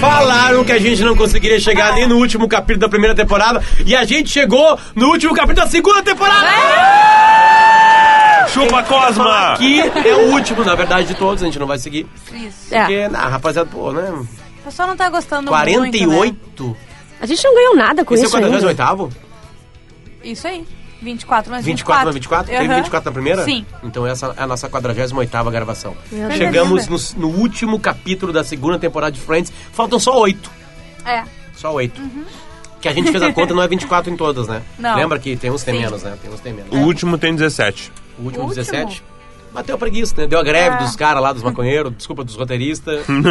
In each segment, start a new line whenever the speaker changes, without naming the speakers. falaram que a gente não conseguiria chegar nem no último capítulo da primeira temporada e a gente chegou no último capítulo da segunda temporada.
É?
Chupa Cosma!
Que é o último, na verdade, de todos, a gente não vai seguir.
Isso.
Porque,
É,
ah, rapaziada, pô, né?
O pessoal não tá gostando muito,
48?
a gente não ganhou nada com
Esse é o
isso ainda.
48?
né? Isso aí. 24 mais
24 na 24? Teve
Aham.
24 na primeira?
Sim.
Então essa é a nossa 48ª gravação.
Meu
Chegamos no,
Deus.
no último capítulo da segunda temporada de Friends. Faltam só oito.
É.
Só oito. Que a gente fez a conta, não é 24 em todas, né?
Não.
Lembra que tem uns que tem
Sim.
menos, né? Tem uns que tem menos.
O último tem 17.
O último,
O último? Ah.
17. Bateu a preguiça, né? Deu a greve dos caras lá, dos maconheiros. desculpa, dos roteiristas. Hum.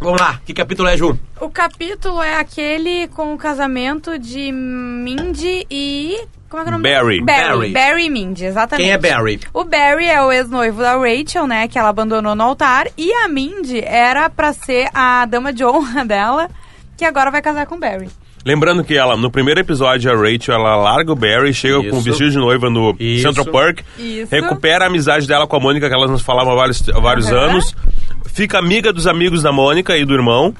Vamos lá. Que capítulo é, Ju?
O capítulo é aquele com o casamento de Mindy e. Como é que é o nome
Barry.
Barry.
Barry. Barry e Mindy, exatamente.
Quem é Barry?
O Barry é o ex-noivo da Rachel, né? Que ela abandonou no altar. E a Mindy era pra ser a dama de honra dela, que agora vai casar com o Barry.
Lembrando que ela, no primeiro episódio, a Rachel, ela larga o Barry, chega
Isso.
com o vestido de noiva no
Isso.
Central Park,
Isso.
recupera a amizade dela com a Mônica, que elas nos falavam há vários, há vários
Aham.
anos, fica amiga dos amigos da Mônica e do irmão,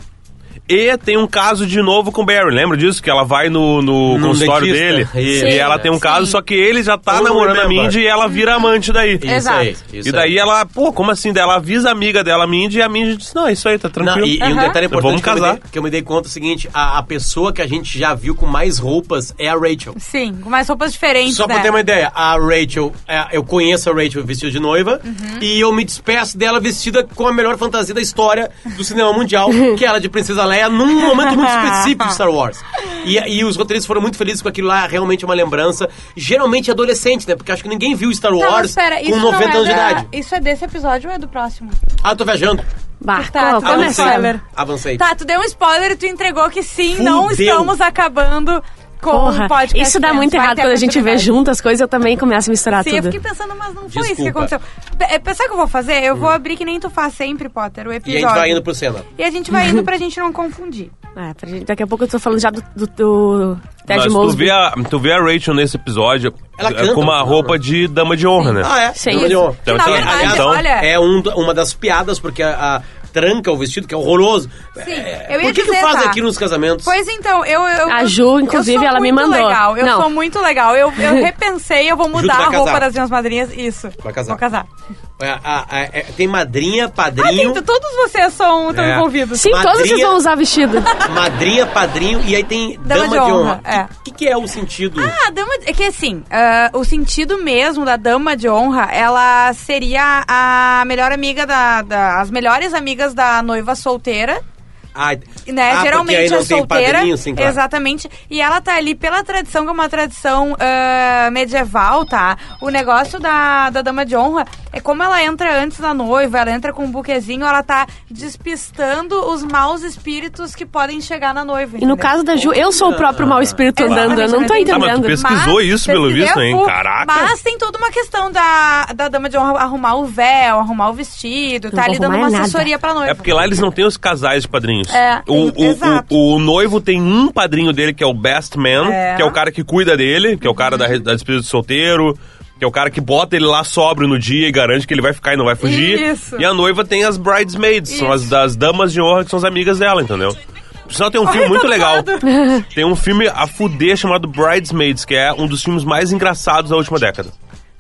e tem um caso de novo com o Barry. Lembra disso? Que ela vai no, no
No
consultório
dentista.
dele
Isso.
e ela tem um caso,
Sim.
só que ele já tá
Oh,
namorando a
remember.
Mindy e ela vira amante daí.
Isso
Exato.
aí. isso
E daí
aí.
ela, pô, como assim? Daí ela avisa a amiga dela, a Mindy, e a Mindy diz, não, isso aí, tá
Não,
tranquilo.
e, e um
Aham.
detalhe
Então
importante
vamos
que eu me
casar.
dei- que eu me dei conta é o seguinte: a, a pessoa que a gente já viu com mais roupas é a Rachel.
Sim, com mais roupas diferentes.
Só pra
né?
ter uma ideia, a Rachel, é, eu conheço a Rachel vestida de noiva
Uhum.
e eu me despeço dela vestida com a melhor fantasia da história do cinema mundial, que é ela de Princesa Leia, num momento muito específico de Star Wars. E, e os roteiristas foram muito felizes com aquilo lá, realmente é uma lembrança, geralmente adolescente, né? Porque acho que ninguém viu Star
Não,
Wars
espera, isso
com
não
90
é
anos de
da-
idade.
Isso é desse episódio ou é do próximo?
Ah, tô viajando.
Bah, né,
Tá,
ó,
tá bom,
começa.
spoiler.
Avancei.
Tá, tu deu um spoiler e tu entregou que sim,
Fudeu.
não estamos acabando com
Porra,
o um podcast.
isso dá
Friends,
muito
vai
errado
ter
quando a gente vê
continuidade.
junto as coisas, eu também começo a misturar
Sim, eu
tudo.
fiquei pensando, mas não foi isso que
Desculpa.
aconteceu. P- é, Sabe o que eu vou fazer? Eu vou abrir que nem tu faz sempre, Potter, o
E
episódio.
a gente vai indo pro cena.
E a gente vai indo pra gente não confundir.
É, pra gente- daqui a pouco eu tô falando já do, do, do
Tá
Ted
Mas tu
Mosby.
vê, a, tu vê a Rachel nesse episódio
Ela
eh,
canta
com
no
uma
final,
roupa de dama de honra, né?
Ah, é?
Sim.
Dama de honra.
Então, então,
Tá, verdade,
então,
olha-
é um do- uma das piadas, porque a, a tranca, o vestido, que é horroroso.
Sim,
É,
eu ia
Por que, que
dizer,
faz
tá.
aquilo nos casamentos?
Pois então, eu. eu
A Ju,
eu sou
inclusive, ela me
muito
mandou.
Legal. Eu
Não.
sou muito legal. Eu, eu repensei, eu vou
tu
mudar
vai
a roupa
casar.
das minhas madrinhas. Isso.
Vai casar.
Vou casar.
É, a- a- é, tem madrinha,
Ah, tem,
padrinho.
todos vocês são tão
É.
envolvidos.
Sim, todos vocês
madrinha-
vão usar vestido.
Madrinha, padrinho, e aí tem dama, de honra. O
é.
que, que é o sentido?
Ah, a dama. É que assim, ah, o sentido mesmo da dama de honra, ela seria a melhor amiga da. da- as melhores amigas da noiva solteira.
Ah,
Né?
ah, porque
Geralmente
aí não
a
tem
solteira.
padrinho, sim, claro.
Exatamente. E ela tá ali pela tradição, que é uma tradição ah, medieval, tá? O negócio da, da dama de honra é como ela entra antes da noiva, ela entra com um buquezinho, ela tá despistando os maus espíritos que podem chegar na noiva.
E no
entendeu?
caso da Ju, eu sou o próprio mau espírito andando. Eu
Exatamente,
não tô
mas tem-
Ah, mas tu
entendendo.
pesquisou isso, pelo
pesquisei
visto, hein?
a full.
Caraca.
Mas tem toda uma questão da, da dama de honra arrumar o véu, arrumar o vestido, tá
vou
ali dando
arrumar
uma
nada.
assessoria pra noiva.
É porque lá eles não têm os casais de padrinhos.
É,
o, o,
exato.
o, o noivo tem um padrinho dele que é o best man,
É.
que é o cara que cuida dele, que é o cara da, re- da despedida de solteiro, que é o cara que bota ele lá sóbrio no dia e garante que ele vai ficar e não vai fugir.
Isso.
E a noiva tem as bridesmaids, são as
Isso.
das damas de honra que são as amigas dela, entendeu? Por sinal, tem um filme
eu tô
muito
do
legal.
lado.
Tem um filme a fuder chamado Bridesmaids, que é um dos filmes mais engraçados da última década.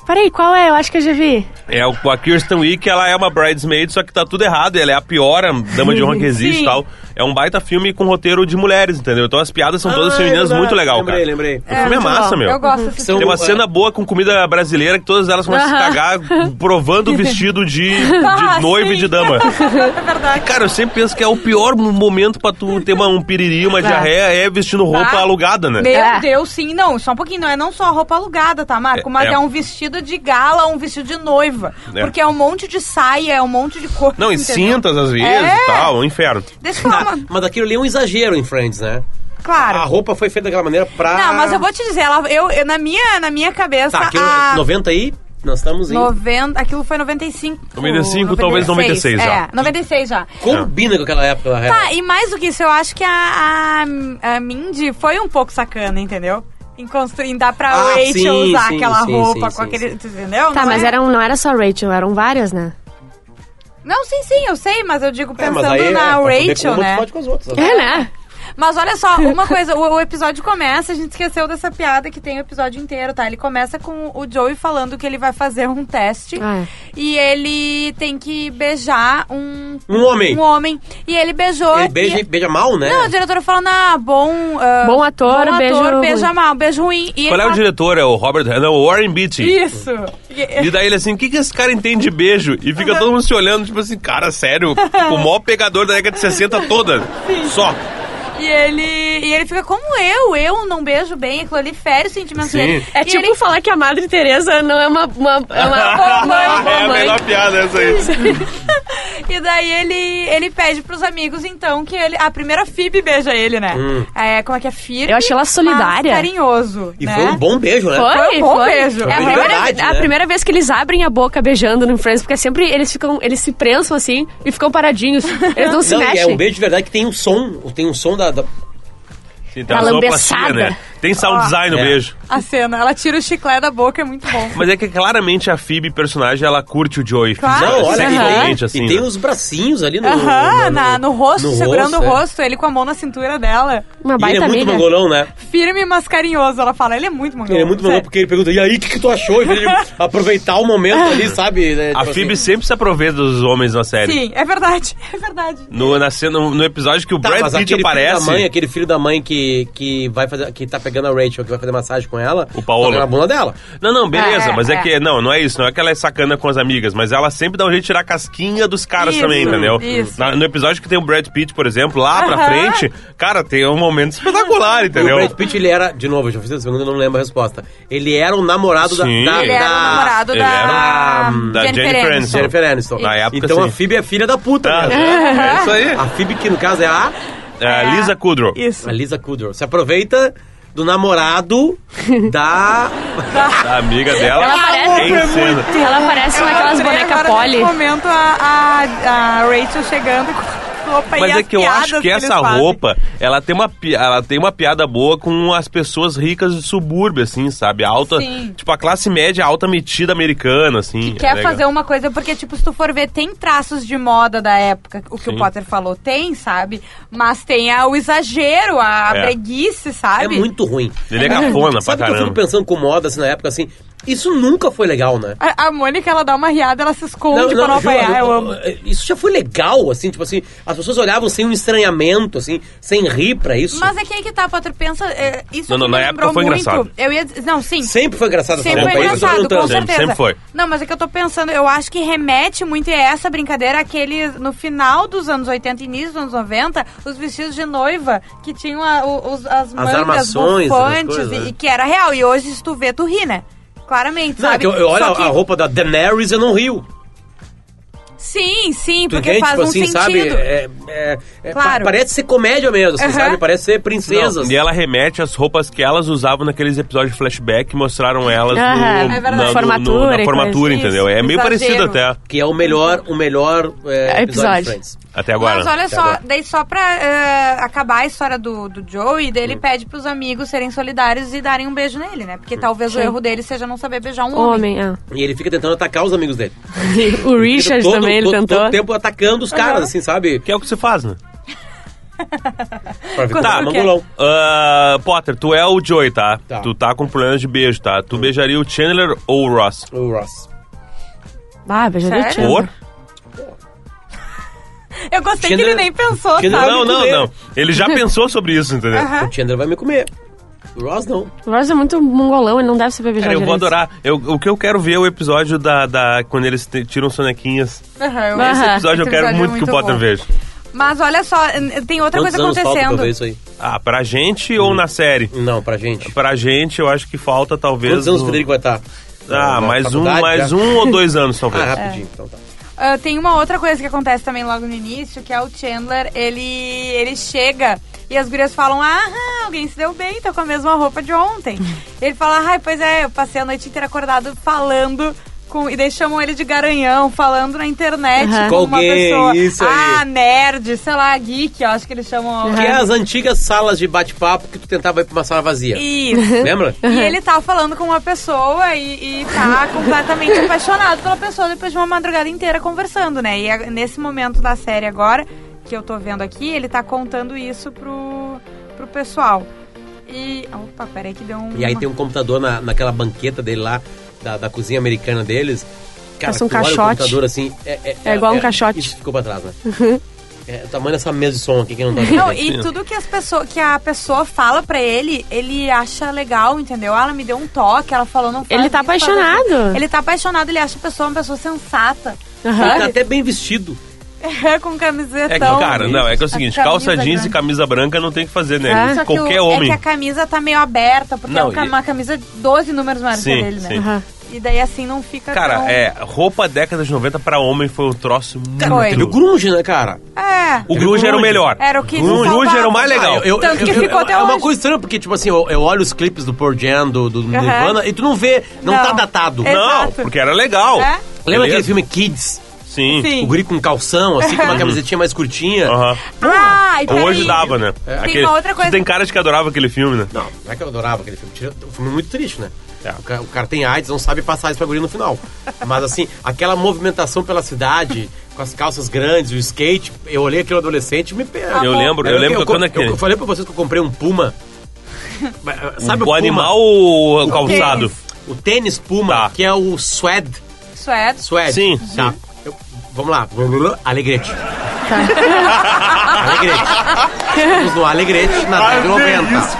Peraí, qual é? Eu acho que eu já vi.
É, o- com a Kirsten Wiig, ela é uma bridesmaid, só que tá tudo errado. Ela é a pior a dama de honra que existe e
Sim.
tal. É um baita filme com roteiro de mulheres, entendeu? Então as piadas são todas
Ah, é
femininas,
verdade.
muito legal,
Lembrei,
cara.
lembrei.
O filme é
muito
massa,
bom.
meu.
Eu gosto desse
São-
filme.
Tem uma cena boa com comida brasileira que todas elas começam a se cagar provando o vestido de, de
Ah,
noiva e
sim.
de dama.
É verdade.
Cara, eu sempre penso que é o pior momento pra tu ter uma, um piriri, uma diarreia, é vestindo roupa
Bah.
alugada, né?
Meu
É.
Deus, sim, não, só um pouquinho, não é não só roupa alugada, tá, Marco?
É,
Mas
é.
é, um vestido de gala, um vestido de noiva.
É.
Porque é um monte de saia, é um monte de coisa.
Não, e
entendeu?
cintas às vezes
É.
e tal, é um inferno.
Deixa eu falar, uma-
Mas aquilo ali é um exagero em Friends, né?
claro.
A roupa foi feita daquela maneira pra.
Não, mas eu vou te dizer, ela, eu, eu- na, minha, na minha cabeça.
Tá, aquilo
é
a...
90 aí, nós estamos em.
90, aquilo foi 95.
95, talvez 96 já.
É, 96 já.
Combina com aquela época, na real.
Tá, e mais do que isso, eu acho que a, a, a Mindy foi um pouco sacana, entendeu? Em, construir, em dar pra
Ah,
Rachel
sim,
usar
sim,
aquela
sim,
roupa
sim, sim,
com aquele.
sim.
tu Entendeu? é?
Tá,
Não
mas
é?
eram, não era só Rachel, eram várias, né?
Não, sim, sim, eu sei, mas eu digo
É,
pensando
é
na
pra poder com
Rachel,
uma, tu
né?
Pode com as outras.
É, né?
Mas olha só, uma coisa, o, o episódio começa, a gente esqueceu dessa piada que tem o episódio inteiro, tá? Ele começa com o Joey falando que ele vai fazer um teste
Ah, é.
e ele tem que beijar um
Um homem.
um homem e ele beijou
Ele beija,
e-
beija mal, né?
Não, a diretora falando, ah, bom... ah,
Bom ator,
bom
beijo
beija
ruim.
mal, beijo ruim. E
Qual
ele
é o
fala-
diretor? É o Robert. Não, o Warren Beatty.
Isso. E-
E daí ele assim, o que, que esse cara entende de beijo? E fica todo mundo se olhando, tipo assim, cara, sério, o maior pegador da década de 60 toda. Só.
E ele, e ele fica como eu, eu não beijo bem, aquilo ali fere o sentimento
Sim.
dele.
É
E
tipo
ele-
falar que a Madre Teresa não é uma, uma, é uma boa mãe, uma
é
boa
a
mãe.
melhor piada essa aí.
E daí ele, ele pede pros amigos, então, que ele. A primeira Fib beija ele, né? É, como é que é Fib?
Eu achei ela solidária.
mas carinhoso.
Hum. E
né?
foi um bom beijo, né?
Foi,
Foi um bom
foi.
beijo.
É
Foi de
a, primeira,
verdade,
a
né?
primeira vez que eles abrem a boca beijando no Friends, porque é sempre eles ficam, eles se prensam assim e ficam paradinhos. Eles não se
Não, e
mexem.
é um beijo de verdade que tem um som, tem um som da... da-
Sim, tem
Uma
Então, uma
lambeçada.
sonoplastia, né? Tem sound
Ó.
design no
É.
beijo.
A cena. Ela tira o chiclete da boca, é muito bom.
Mas é que claramente a Phoebe, personagem, ela curte o Joey.
Claro.
Fisicamente,
Não, olha,
Ah, Aham.
e
sexualmente,
tem,
assim.
e tem
né?
os bracinhos ali no...
Aham,
no-
na- no rosto,
no
segurando o
é.
rosto, ele com a mão na cintura dela.
E
Uma
ele
baita
é muito
amiga.
mangolão, né?
Firme, mas carinhoso, ela fala. Ele é muito mangão.
Ele é muito mangolão
sério.
porque ele pergunta, e aí, o que, que tu achou? E ele aproveitar o momento ali,
Ah.
sabe? né,
A
tipo
Phoebe
assim.
sempre se aproveita dos homens na série.
Sim, é verdade, é verdade.
No, na cena, no episódio que o
Tá,
Brad
mas
Pitt
aquele
aparece.
filho da mãe, aquele filho da mãe que, que vai fazer, que tá pegando a Rachel, que vai fazer massagem com ela,
O Paolo.
tá na bunda dela.
Não, não, beleza,
É,
mas é,
é.
que. Não, não é isso. Não é que ela é sacana com as amigas, mas ela sempre dá um jeito de tirar a casquinha dos caras
Isso,
também, entendeu?
isso.
Na- no episódio que tem o Brad Pitt, por exemplo, lá pra
Aham.
frente, cara, tem um momento espetacular, entendeu?
O Brad Pitt, ele era, de novo, eu já fiz a segunda, eu não lembro a resposta. Ele era o namorado da-
Sim.
da,
Ele
Ele era o
da-
namorado
ele
da,
era o- da Jennifer Aniston.
Jennifer Aniston.
Na época,
então
sim.
a Phoebe é filha da puta.
Tá,
mesmo.
é isso aí.
A Phoebe, que no caso é a,
É, Lisa Kudrow.
Isso.
a Lisa Kudrow. Se aproveita do namorado da...
A amiga dela.
Ela aparece-
em cena.
Ela
Tá
parece uma aquelas
Entrei
bonecas
agora
poli.
nesse momento a, a- a Rachel chegando com roupa e
Mas é
as
que eu
piadas
acho que
eles
essa
fazem.
roupa, ela tem, uma, pi- ela tem uma piada boa com as pessoas ricas do subúrbio, assim, sabe? A Alta,
Sim.
tipo, a classe média alta metida americana, assim. é
Quer
legal.
fazer uma coisa, porque, tipo, se tu for ver, tem traços de moda da época, o que o
Sim.
Potter falou, tem, sabe? Mas tem a- o exagero, a
É.
breguice,
É
sabe?
muito ruim.
Ele é cafona
Sabe
pra
o que eu
caramba.
fico pensando com moda, assim, na época, assim? Isso nunca foi legal, né?
A, a Mônica, ela dá uma riada, ela se esconde pra não
Ju,
apanhar, eu
eu-
amo.
eh, Isso já foi legal, assim, tipo assim, as pessoas olhavam sem um estranhamento, assim, sem rir pra isso.
Mas é que aí que tá, Potter, pensa, é, isso
Não,
que
não, na
me
época
lembrou
foi
muito.
engraçado.
Eu ia dizer, não, sim.
Sempre foi engraçado essa
Sempre
roupa
foi
aí, eu tô
engraçado, com
perguntando.
Sempre,
certeza.
sempre foi.
Não, mas é que eu tô pensando, eu acho que remete muito a essa brincadeira, aquele, no final dos anos 80 início dos anos 90, os vestidos de noiva, que tinham a- o- os- as mangas,
armações,
bufantes,
essas coisas,
e,
né?
e que era real. E hoje, se tu vê, tu ri, né? Claramente,
Não, é
sabe?
que eu, eu olho
Só
a-
que-
a roupa da Daenerys, eu não rio.
Sim, sim,
Tu
porque
entende?
faz
Tipo
um
assim,
sentido.
sabe? É- é- é- pa-
Claro.
parece ser comédia mesmo, assim,
Aham.
sabe? Parece ser
Não,
princesas.
e é- ela remete às roupas que elas usavam naqueles episódios de flashback que mostraram elas
Aham, é
no,
verdade.
na,
Formatura
no-
e
na formatura,
coisa. assim.
entendeu? É meio
Exagero.
parecido até,
Que é o melhor, o melhor é, episódio,
É, episódio.
de Friends.
até agora.
Mas olha
Até
só,
agora.
daí só pra eh, acabar a história do, do Joey, daí
Hum.
ele pede pros amigos serem solidários e darem um beijo nele, né? Porque talvez o
Sim.
erro dele seja não saber beijar um homem.
Homem, é.
E ele fica tentando atacar os amigos dele.
O Richard
Todo-
também, ele
todo, Todo
tentou.
tempo atacando os caras, assim, sabe?
Que é o que você faz, né?
Pra
Tá,
ficar mangolão.
Ah, Potter, tu é o Joey, tá?
Tá.
Tu tá com problemas de beijo, tá? Tu beijaria o Chandler ou o Ross?
O Ross.
Ah, beijaria o
Sério?
Chandler.
Por?
Eu gostei que
Chandler-
ele nem pensou,
Chandler-
sabe?
Não, não,
comer.
não. Ele já pensou sobre isso, entendeu?
O Chandler vai me comer. O Ross não.
O Ross é muito mongolão, ele não deve saber beijar
Cara, eu vou
direito.
adorar. Eu- o que eu quero ver é o episódio da, da- quando eles te- tiram sonequinhas.
Aham, eu-
Mas-
Esse
Aham,
episódio eu
esse
quero
episódio é
muito que o
muito
Potter
bom.
veja.
Mas olha só, n- tem outra
Quantos
Tá coisa
anos falta pra eu
acontecendo.
ver isso aí?
Ah, pra gente ou na série?
Não, pra gente.
Pra gente, eu acho que falta talvez.
Quantos anos o
no-
Frederico vai tá? estar?
Ah, mais um, mais
já?
um ou dois anos
Ah,
talvez.
rapidinho, então tá.
Ah, tem uma outra coisa que acontece também logo no início, que é o Chandler, ele, ele chega e as gurias falam, ah, alguém se deu bem, tá com a mesma roupa de ontem. ele fala, ai, pois é, eu passei a noite inteira acordado falando com- e daí chamam ele de garanhão, falando na internet
Aham.
com,
Com
uma
alguém,
pessoa.
isso aí.
Ah, nerd, sei lá, geek, eu acho que eles chamam. assim.
Que é as antigas salas de bate-papo que tu tentava ir pra uma sala vazia.
Isso.
Lembra?
E ele tá falando com uma pessoa e, e tá completamente apaixonado pela pessoa depois de uma madrugada inteira conversando, né? E é nesse momento da série agora, que eu tô vendo aqui, ele tá contando isso pro, pro pessoal. E. Opa, peraí que deu um.
E aí tem um computador na, naquela banqueta dele lá, da, da cozinha americana deles. Cara,
Parece um
tu olha o
caixote.
computador assim. É,
É igual um caixote.
Isso ficou pra trás, né? É o tamanho dessa mesa de som aqui que não tá vendo.
Não, e tudo que, as pessoa, que a pessoa fala pra ele, ele acha legal, entendeu? Ah, Ela me deu um toque, ela falou, não faz
Ele tá
isso, faz
apaixonado.
aquilo. Ele tá apaixonado, ele acha a pessoa uma pessoa sensata.
Ele
Aham.
tá até bem vestido.
É, com camisetão.
É que, cara, não, é que é o
A
seguinte,
camisa
calça jeans
grande.
e camisa branca não tem o que fazer, né?
Ah.
Só que
Qualquer
o-
homem.
É que a camisa tá meio aberta, porque
Não,
é uma
e-
uma camisa de 12 números maiores que a
Sim,
dele, né?
sim.
Aham.
E daí assim não fica tão...
Cara, é, roupa década de 90 pra homem foi um troço muito...
Foi.
Teve o grunge, né, cara?
É.
O grunge era o melhor.
Era o que
O grunge
salvava.
era o mais legal.
Ah, Tanto que ficou até
É uma
hoje.
coisa estranha, porque, tipo assim, eu, eu olho os clipes do Pearl Jam, do, do Nirvana, e tu não vê, não,
Não.
tá datado.
É.
Não,
Exato.
porque era legal.
É?
Lembra aquele
Beleza?
filme Kids?
Sim.
Sim.
O guri com calção, assim, com uma camisetinha mais curtinha.
Aham.
Ah, e
Hoje
peraí.
dava, né?
Tem uma outra coisa-
Tem cara de que adorava aquele filme, né?
Não, não é que eu adorava aquele filme. Tira- Um filme muito triste, né?
É.
O, ca- o cara tem AIDS, não sabe passar isso pra guri no final. Mas assim, aquela movimentação pela cidade, com as calças grandes, o skate, eu olhei aquilo adolescente e me perdeu.
Eu lembro, eu lembro que quando
eu,
aquele...
eu falei pra vocês que eu comprei um Puma. Mas, Sabe
o
Puma?
Um animal ou o
tênis.
calçado?
O tênis Puma,
Tá.
que é o Suede.
Suede.
Suede.
Sim,
Tá. Eu- vamos lá. Alegrete. Alegrete. Estamos no Alegrete, na década de 90.
Você,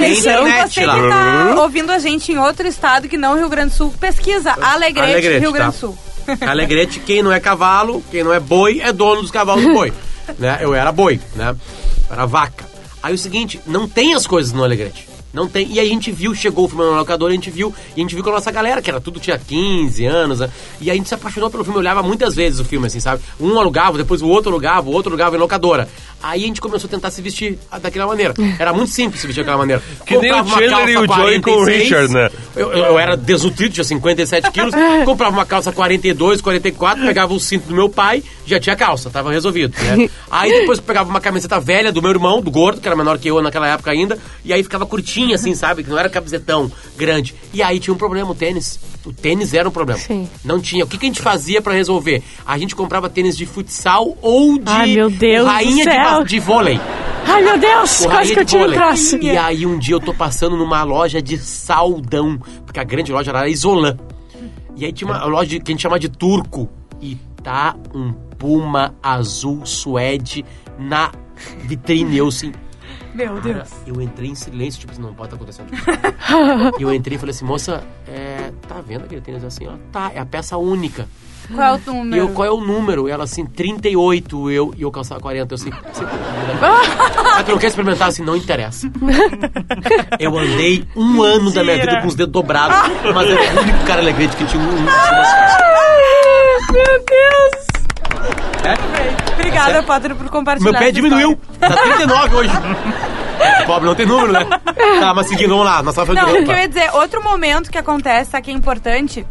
Tem internet
você que
lá.
tá ouvindo a gente em outro estado que não Rio Grande do Sul, pesquisa Alegrete,
Alegrete,
Rio
tá.
Grande do Sul.
Alegrete, quem não é cavalo, quem não é boi, é dono dos cavalos do boi. né? Eu era boi, né? Eu era vaca. Aí o seguinte, não tem as coisas no Alegrete. Não tem. E aí a gente viu, chegou o filme na locadora, a gente viu, e a gente viu com a nossa galera, que era tudo, tinha 15 anos, né? e a gente se apaixonou pelo filme, eu olhava muitas vezes o filme, assim, sabe? Um alugava, depois o outro alugava, o outro alugava em locadora. Aí a gente começou a tentar se vestir daquela maneira. Era muito simples se vestir daquela maneira.
Que nem o
Comprava uma
Chandler
calça
e o Joey com o
46,
Richard, né?
eu, eu- eu era desnutrido, tinha 57 quilos, comprava uma calça 42, 44, pegava o cinto do meu pai, já tinha calça, tava resolvido, né? Aí depois pegava uma camiseta velha do meu irmão, do gordo, que era menor que eu naquela época ainda, e aí ficava curtinha assim, sabe? Que não era camisetão grande. E aí tinha um problema, o tênis. O tênis era um problema.
Sim.
Não tinha. O que, que a gente fazia pra resolver? A gente comprava tênis de futsal ou de
Ai, meu Deus do
rainha de
céu.
ba- de vôlei.
Ai, meu Deus,
Porra,
quase
aí
que eu
de
tive um
vôlei.
troço.
E aí um dia eu tô passando numa loja de saldão, porque a grande loja era a Isolã. E aí
É.
tinha uma loja de- que a gente chama de turco. E tá um puma azul suede na vitrine. Eu assim,
Meu
cara,
Deus.
eu entrei em silêncio, tipo, assim, não pode estar acontecendo. e eu entrei e falei assim, moça, é, tá vendo aquele tênis assim? Ela, tá, é a peça única.
Qual é o
E
número?
eu, qual é o número? Ela assim, 38, eu, e eu calçava 40. Eu assim, você- Mas tu não quer experimentar? Assim, não interessa. Eu andei um ano da minha
Mentira.
vida com os dedos dobrados, mas era o único cara alegrete que tinha um.
Ah,
um-
Ai, meu Deus.
É?
Obrigada, Potter, por compartilhar.
Meu pé
essa
diminuiu,
história.
tá 39 hoje. Pobre não tem número, né? Tá, mas seguindo, vamos lá, nossa foi de
Não, o que eu
roupa.
ia dizer, outro momento que acontece, tá, que é importante.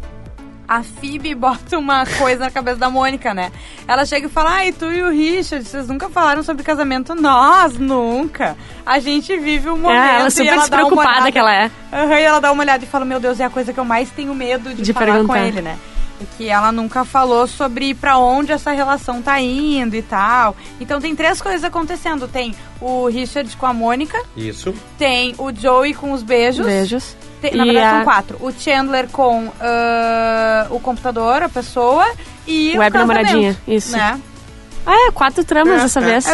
A Phoebe bota uma coisa na cabeça da Mônica, né? Ela chega e fala: Ai, tu e o Richard, vocês nunca falaram sobre casamento? Nós nunca. A gente vive um
É,
momento.
ela
e
é super
ela dá uma
despreocupada
olhada-
que ela é.
Aham, e ela dá uma olhada e fala: Meu Deus, é a coisa que eu mais tenho medo de,
De
falar com
perguntar.
ele, né? E que ela nunca falou sobre pra onde essa relação tá indo e tal. Então tem três coisas acontecendo: tem o Richard com a Mônica,
Isso.
tem o Joey com os beijos.
Beijos.
Tem- na
E
verdade, são
a-
quatro. O Chandler com ah, o computador, a pessoa, e o
Web
casamento,
namoradinha, isso.
Né?
Ah, é, quatro tramas dessa vez.
É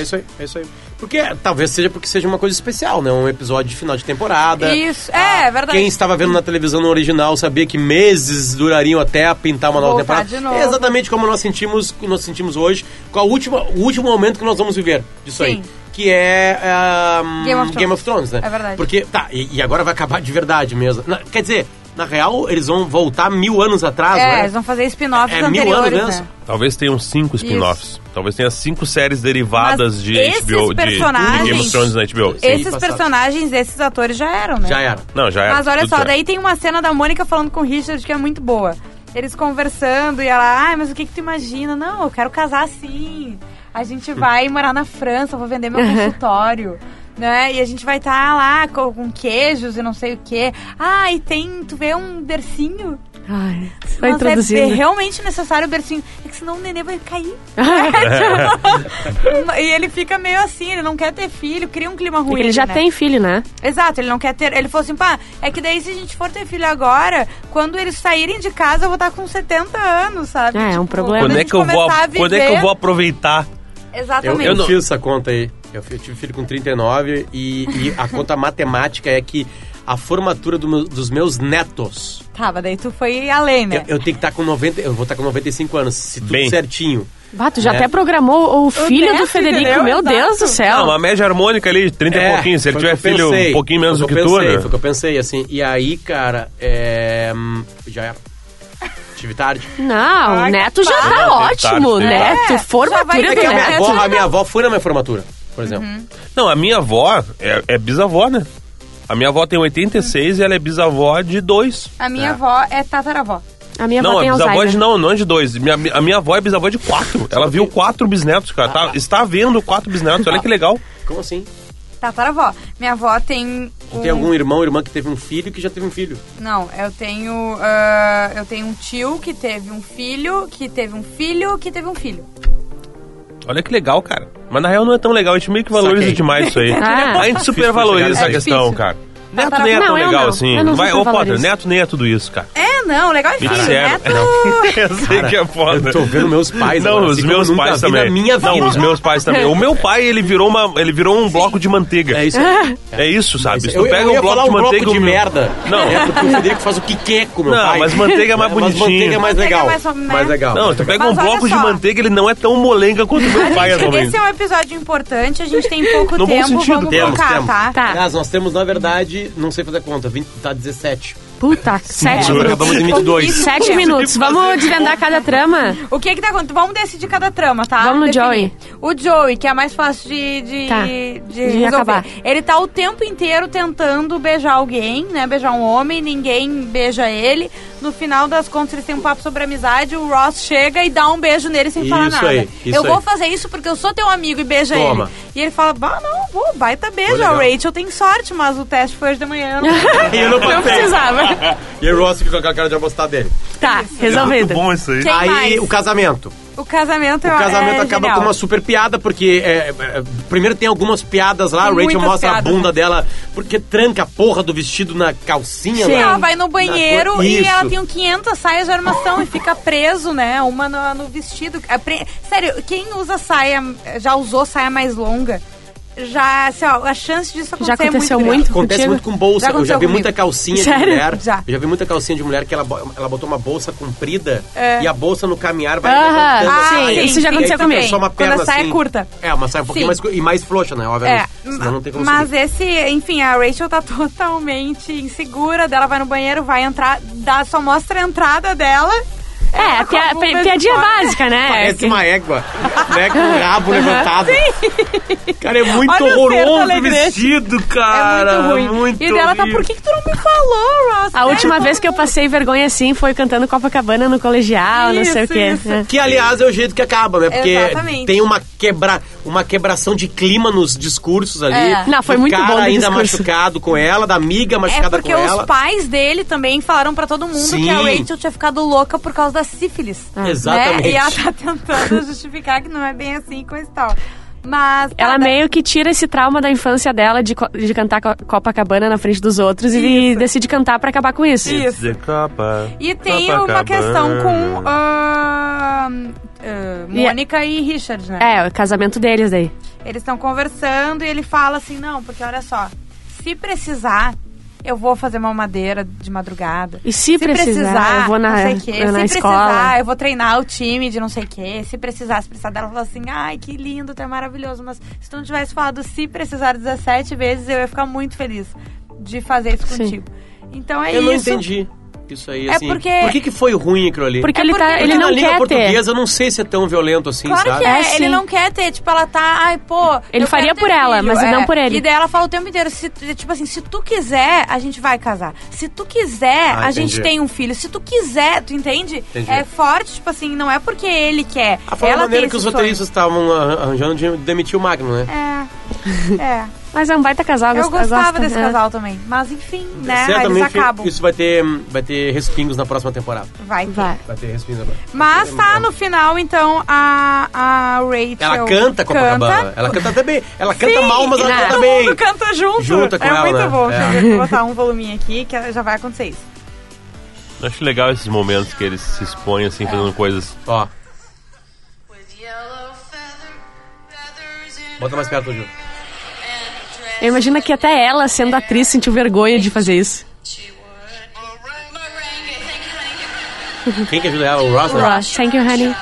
Isso aí, é isso aí, é isso aí. Porque talvez seja porque seja uma coisa especial, né? Um episódio de final de temporada.
Isso, é, é verdade.
Ah, Quem estava vendo na televisão no original sabia que meses durariam até pintar uma nova
Voltar
temporada.
de novo.
É exatamente como nós sentimos, nós sentimos hoje, com a última, o último momento que nós vamos viver disso aí.
Sim.
Que é ah, hum,
Game of Thrones.
né?
É verdade.
Porque, tá, e, e agora vai acabar de verdade mesmo. Não, quer dizer, Na real, eles vão voltar mil anos atrás,
É,
né?
eles vão fazer spin-offs
É mil
anteriores,
anos mesmo?
né?
Talvez tenham cinco spin-offs. Talvez tenha cinco séries derivadas
Mas
de HBO, de,
esses
de Game of
personagens-
Thrones na HBO.
Esse-
Esses
passado.
personagens, esses atores já eram, né?
Já era.
Não, já era.
Mas olha
tudo
só,
certo.
daí tem uma cena da Mônica falando com o Richard que é muito boa. Eles conversando e ela, ai, mas o que que tu imagina? Não, eu quero casar assim. A gente vai morar na França, eu vou vender meu consultório. Né? E a gente vai estar lá com, com queijos e não sei o que. Ah, e tem, tu vê um bercinho?
Ai,
Nossa,
vai
é be-
Tá introduzindo.
realmente necessário o bercinho. É que senão o nenê vai cair. e ele fica meio assim, ele não quer ter filho, cria um clima ruim.
Porque É ele já
né?
tem filho, né?
Exato, ele não quer ter. Ele falou assim, pá, é que daí se a gente for ter filho agora, quando eles saírem de casa, eu vou estar com 70 anos, sabe? Tipo,
É, é um problema.
Quando
a
é,
gente
que eu vou,
começar a
quando é que eu
viver-
vou aproveitar?
Exatamente.
Eu, eu
não-
fiz essa conta aí. Eu fi- eu tive filho com 39 e, e a conta matemática é que a formatura do meu- dos meus netos.
Tá, mas daí tu foi além,
Eu,
né?
eu tenho que estar com 90. Eu vou estar com 95 anos, se tudo
Bem.
certinho.
Bato, já até programou o filho do
neto,
Federico.
entendeu?
Meu
Exato.
Deus do céu.
Não, uma média harmônica ali, de 30 e
É,
um pouquinho. Se ele
foi o
tiver
eu
filho
pensei,
um pouquinho menos
foi
do
o
que
eu
tu,
pensei,
né?
Foi o que eu pensei, assim. E aí, cara, é, hum, já era. Tive tarde.
Não,
Ai,
o neto já
tá.
tá
Tem tarde,
ótimo.
tem
tarde.
Neto,
É, já vai
formatura
ter
É
do
que a
É,
minha,
neto.
avó, a minha avó foi na minha formatura, por exemplo.
Uhum.
Não, a minha avó é, é bisavó, né? A minha avó tem 86 e ela é bisavó de dois.
A minha avó é tataravó.
A minha
Não,
avó
é
tem
bisavó de
Alzheimer.
não, não é de dois. Minha, a minha avó é bisavó de quatro. Ela viu quatro bisnetos, cara.
Ah.
Tá- está vendo quatro bisnetos, olha que legal.
Como assim?
Tataravó. Minha avó tem.
Tu tem
um-
algum irmão ou irmã que teve um filho que já teve um filho?
Não, eu tenho. ah, eu tenho um tio que teve um filho, que teve um filho, que teve um filho.
Olha que legal, cara. Mas na real não é tão legal, a gente meio que valoriza
Saquei.
demais isso aí.
Ah.
a gente supervaloriza
Difícil
essa
chegar
nessa
questão,
É
cara.
difícil.
Neto nem é
Não,
tão
eu
legal
não.
assim.
Eu não
Vai, ô Potter,
supervalorizo.
neto nem é tudo isso, cara.
É, não, legal é filho,
Mentira.
né? Tu-
Eu sei que é foda.
Eu tô vendo meus pais
Não,
agora,
os
assim como
meus
eu nunca
pais
vi
também.
na minha vida.
Não, os meus pais também. O meu pai, ele virou uma, ele virou um bloco de manteiga.
É isso.
É isso, sabe? Se
Eu,
tu
eu,
pega
ia
um bloco
falar
de
um
manteiga
bloco de
o meu-
merda.
Não.
É porque o Federico faz o que quer com o meu
Não,
pai.
mas manteiga é mais
Mas manteiga é
bonitinho.
mais
Manteiga é
legal.
mais sobre-
mais legal.
Não, tu pega um
Mas olha
bloco de
só.
manteiga, ele não é tão molenga quanto o meu pai atualmente.
Esse é um episódio importante, a gente tem pouco
No bom
tempo,
sentido,
vamos
temos,
focar,
temos.
tá?
Tá.
Aliás, nós temos, na verdade, não sei fazer conta, 20, tá 17.
Puta, sete
Jura?
minutos. é
Acabamos em 22.
Sete minutos. Vamos desvendar cada trama?
O que que tá acontecendo? Vamos decidir cada trama, tá?
Vamos no
Definir. O Joey, que é mais fácil de, de,
Tá.
de,
De
resolver.
acabar.
Ele tá o tempo inteiro tentando beijar alguém, né? Beijar um homem, ninguém beija ele. No final das contas, eles têm um papo sobre amizade, o Ross chega e dá um beijo nele sem falar
Isso
nada.
aí, isso
eu vou
aí.
fazer isso porque eu sou teu amigo e beija
Toma.
ele. E ele fala, bah, não, pô, baita beijo,
legal.
a Rachel tem sorte, mas o teste foi hoje de manhã. eu não
E eu não
Não
passei.
precisava.
E o Ross fica com aquela cara de apostar dele.
Tá, resolvido.
bom isso aí.
Tem
aí,
mais.
o casamento.
O casamento é
O casamento
é
acaba
genial.
com uma super piada, porque é, é, é, primeiro tem algumas piadas lá, a
Tem
Rachel
muitas
mostra
piadas.
a bunda dela, porque tranca a porra do vestido na calcinha
Sim.
lá.
Ela vai no banheiro
Na cor-
e
Isso.
ela tem um 500 saias de armação e fica preso, né? Uma no, no vestido. A pre- Sério, quem usa saia, já usou saia mais longa, já, assim, ó, a chance disso acontecer
Já aconteceu
é muito, grande.
muito?
Acontece
Contigo?
muito com bolsa.
Já
eu já
aconteceu
vi
comigo.
muita calcinha
Sério?
de mulher.
Já.
Eu já vi muita calcinha de mulher que ela, bo- ela botou uma bolsa comprida
É.
e a bolsa no caminhar vai
Aham.
levantando a
Ah,
saia.
sim, isso já
E aí
aconteceu
fica
comigo.
Só uma
Quando a
perna
saia é
assim.
curta.
É, uma saia um pouquinho
Sim.
mais, cu- e mais frouxa, né?
É,
Obviamente. Senão não tem como
mas
subir.
esse, enfim, a Rachel tá totalmente insegura dela, vai no banheiro, vai entrar, dá, só mostra a entrada dela.
É, pia,
Com bunda
pi- piadinha
de fora.
básica, né?
Parece uma égua, né? Com o rabo levantado. Cara, é muito
Olha o certo
horroroso o
alegrete.
vestido, cara.
É muito ruim. e dela tá, por que, que tu não me falou, Ross?
A última
Sério,
vez que eu passei vergonha assim foi cantando Copacabana no colegial, não sei o
Isso,
quê.
isso.
É.
Que, aliás, é o jeito que acaba, né? Porque
Exatamente.
tem uma, quebra, uma quebração de clima nos discursos ali.
É.
Não, foi
do
muito
cara
bom do
ainda
discurso.
machucado com ela, da amiga
É
machucada
porque
com
os
ela.
pais dele também falaram pra todo mundo
Sim.
que a Rachel tinha ficado louca por causa da sífilis.
Ah.
né?
Exatamente.
E ela tá tentando justificar que não é bem assim coisa e tal. Mas.
Ela
tá,
meio que tira esse trauma da infância dela de, co- de cantar co- Copacabana na frente dos outros e decide cantar pra acabar com isso.
Isso. E
Tá
tem uma questão com. ah, ah, Mônica e Richard, né?
É, o casamento deles daí.
Eles estão conversando e ele fala assim: não, porque olha só, se precisar. Eu vou fazer uma madeira de madrugada.
E se precisar, eu vou na-
não sei o quê.
eu
se
na
precisar,
escola.
eu vou treinar o time de não sei o quê. Se precisar, se precisar dela, falou assim: ai, que lindo, tu é maravilhoso. Mas se tu não tivesse falado se precisar 17 vezes, eu ia ficar muito feliz de fazer isso
Sim.
contigo. Então é
Eu não
isso.
entendi. Isso aí,
É
assim.
porque-
Por que, que foi ruim aquilo ali?
Porque
É
ele, tá,
porque-
ele
Porque
não
na língua
quer ter.
portuguesa eu não sei se é tão violento assim,
Claro
sabe?
que é,
É,
ele
sim.
não quer ter, tipo, ela tá, ai, pô.
Ele
eu
faria
quero
por
ter
ela,
filho,
mas
é.
não por ele.
E daí ela fala o tempo inteiro, se, tu- tipo assim, se tu quiser, a gente vai casar. Se tu quiser,
Ah,
a
entendi.
gente tem um filho. Se tu quiser, tu entende?
Entendi.
É forte, tipo assim, não é porque ele quer.
A forma
ela
maneira
tem
que os
esse
roteiristas estavam arran- arranjando de demitir o Magno, né?
sonho. É. É.
Mas é um baita casal.
Eu
gosto-
gostava
gosto,
desse
é.
casal também. Mas enfim, né? Aí eles
Certamente
acabam.
isso vai ter, vai ter respingos na próxima temporada.
Vai. ter.
Vai.
Vai ter respingos na próxima.
Mas tá no final, então, a, a Rachel.
Ela canta Copacabana.
canta.
Ela canta até bem. Ela canta mal, mas ela
e
canta
né? Todo
bem.
mundo canta junto.
Junta com
é
ela,
muito
né?
bom.
É.
Deixa eu ver, vou botar um voluminho aqui que já vai acontecer isso.
Acho legal esses momentos que eles se expõem, assim, fazendo coisas.
Ó,
With yellow feather, feathers in
bota mais perto, Ju.
Eu imagino que até ela, sendo atriz, sentiu vergonha de fazer isso.
She would. Meringue, thank you, thank you.
Quem que ajuda ela? O Ross, né?
Ross, thank you, honey.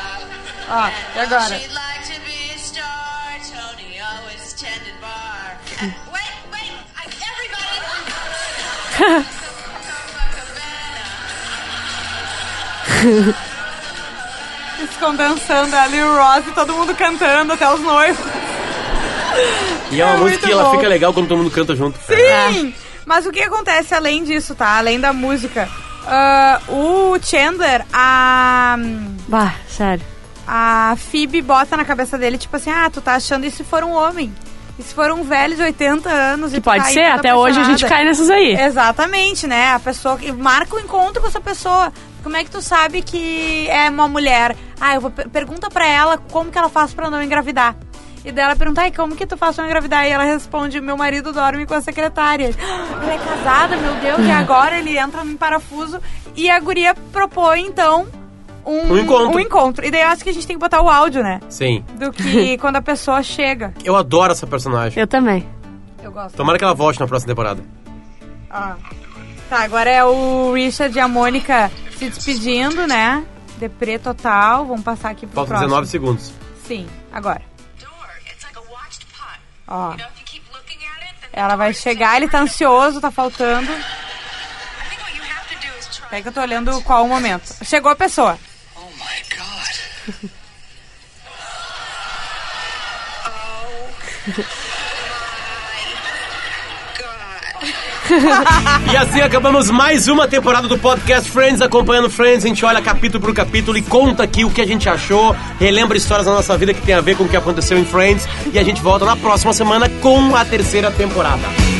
Ó, e agora?
She'd like to be a star. Tony always tended bar.
Hmm.
Uh, wait, wait, I, everybody.
Eles ficam dançando ali, o Ross e todo mundo cantando, até os noivos.
E é uma
É
música
muito
que ela
bom.
fica legal quando todo mundo canta junto.
Sim! Mas o que acontece além disso, tá? Além da música. Ah, o Chandler, a,
Bah, sério.
a Phoebe bota na cabeça dele, tipo assim, ah, tu tá achando isso se for um homem? E se for um velho de 80 anos e
Que
tu
pode
tá aí
ser,
toda
até hoje a gente
apaixonada?" É.
cai nessas aí.
Exatamente, né? A pessoa que marca o encontro com essa pessoa. Como é que tu sabe que é uma mulher? Ah, eu vou per- pergunta pra ela como que ela faz pra não engravidar. E dela pergunta, ai, como que tu faz pra não engravidar? E ela responde, meu marido dorme com a secretária. Ah, Ela é casada, meu Deus, e agora ele entra em parafuso. E a guria propõe, então, um,
Um encontro.
um encontro. E daí eu acho que a gente tem que botar o áudio, né?
Sim.
Do que quando a pessoa chega.
Eu adoro essa personagem.
Eu também.
Eu gosto.
Tomara que ela volte na próxima temporada.
Ó. Tá, agora é o Richard e a Mônica se despedindo, né? Deprê total. Vamos passar aqui pro
Faltam
próximo.
19 segundos.
Sim, agora.
Door, it's like a watched pot.
Ó.
You know, if you keep looking at it, then the
Ah. Ela vai
door is
chegar, ele tá
temporary.
ansioso, tá faltando.
I think what you have to do is try.
Peraí que eu tô olhando qual o momento. Chegou a pessoa.
Oh my god. oh my god.
E assim acabamos mais uma temporada do podcast Friends, acompanhando Friends. A gente olha capítulo por capítulo e conta aqui o que a gente achou, relembra histórias da nossa vida que tem a ver com o que aconteceu em Friends. E a gente volta na próxima semana com a terceira temporada.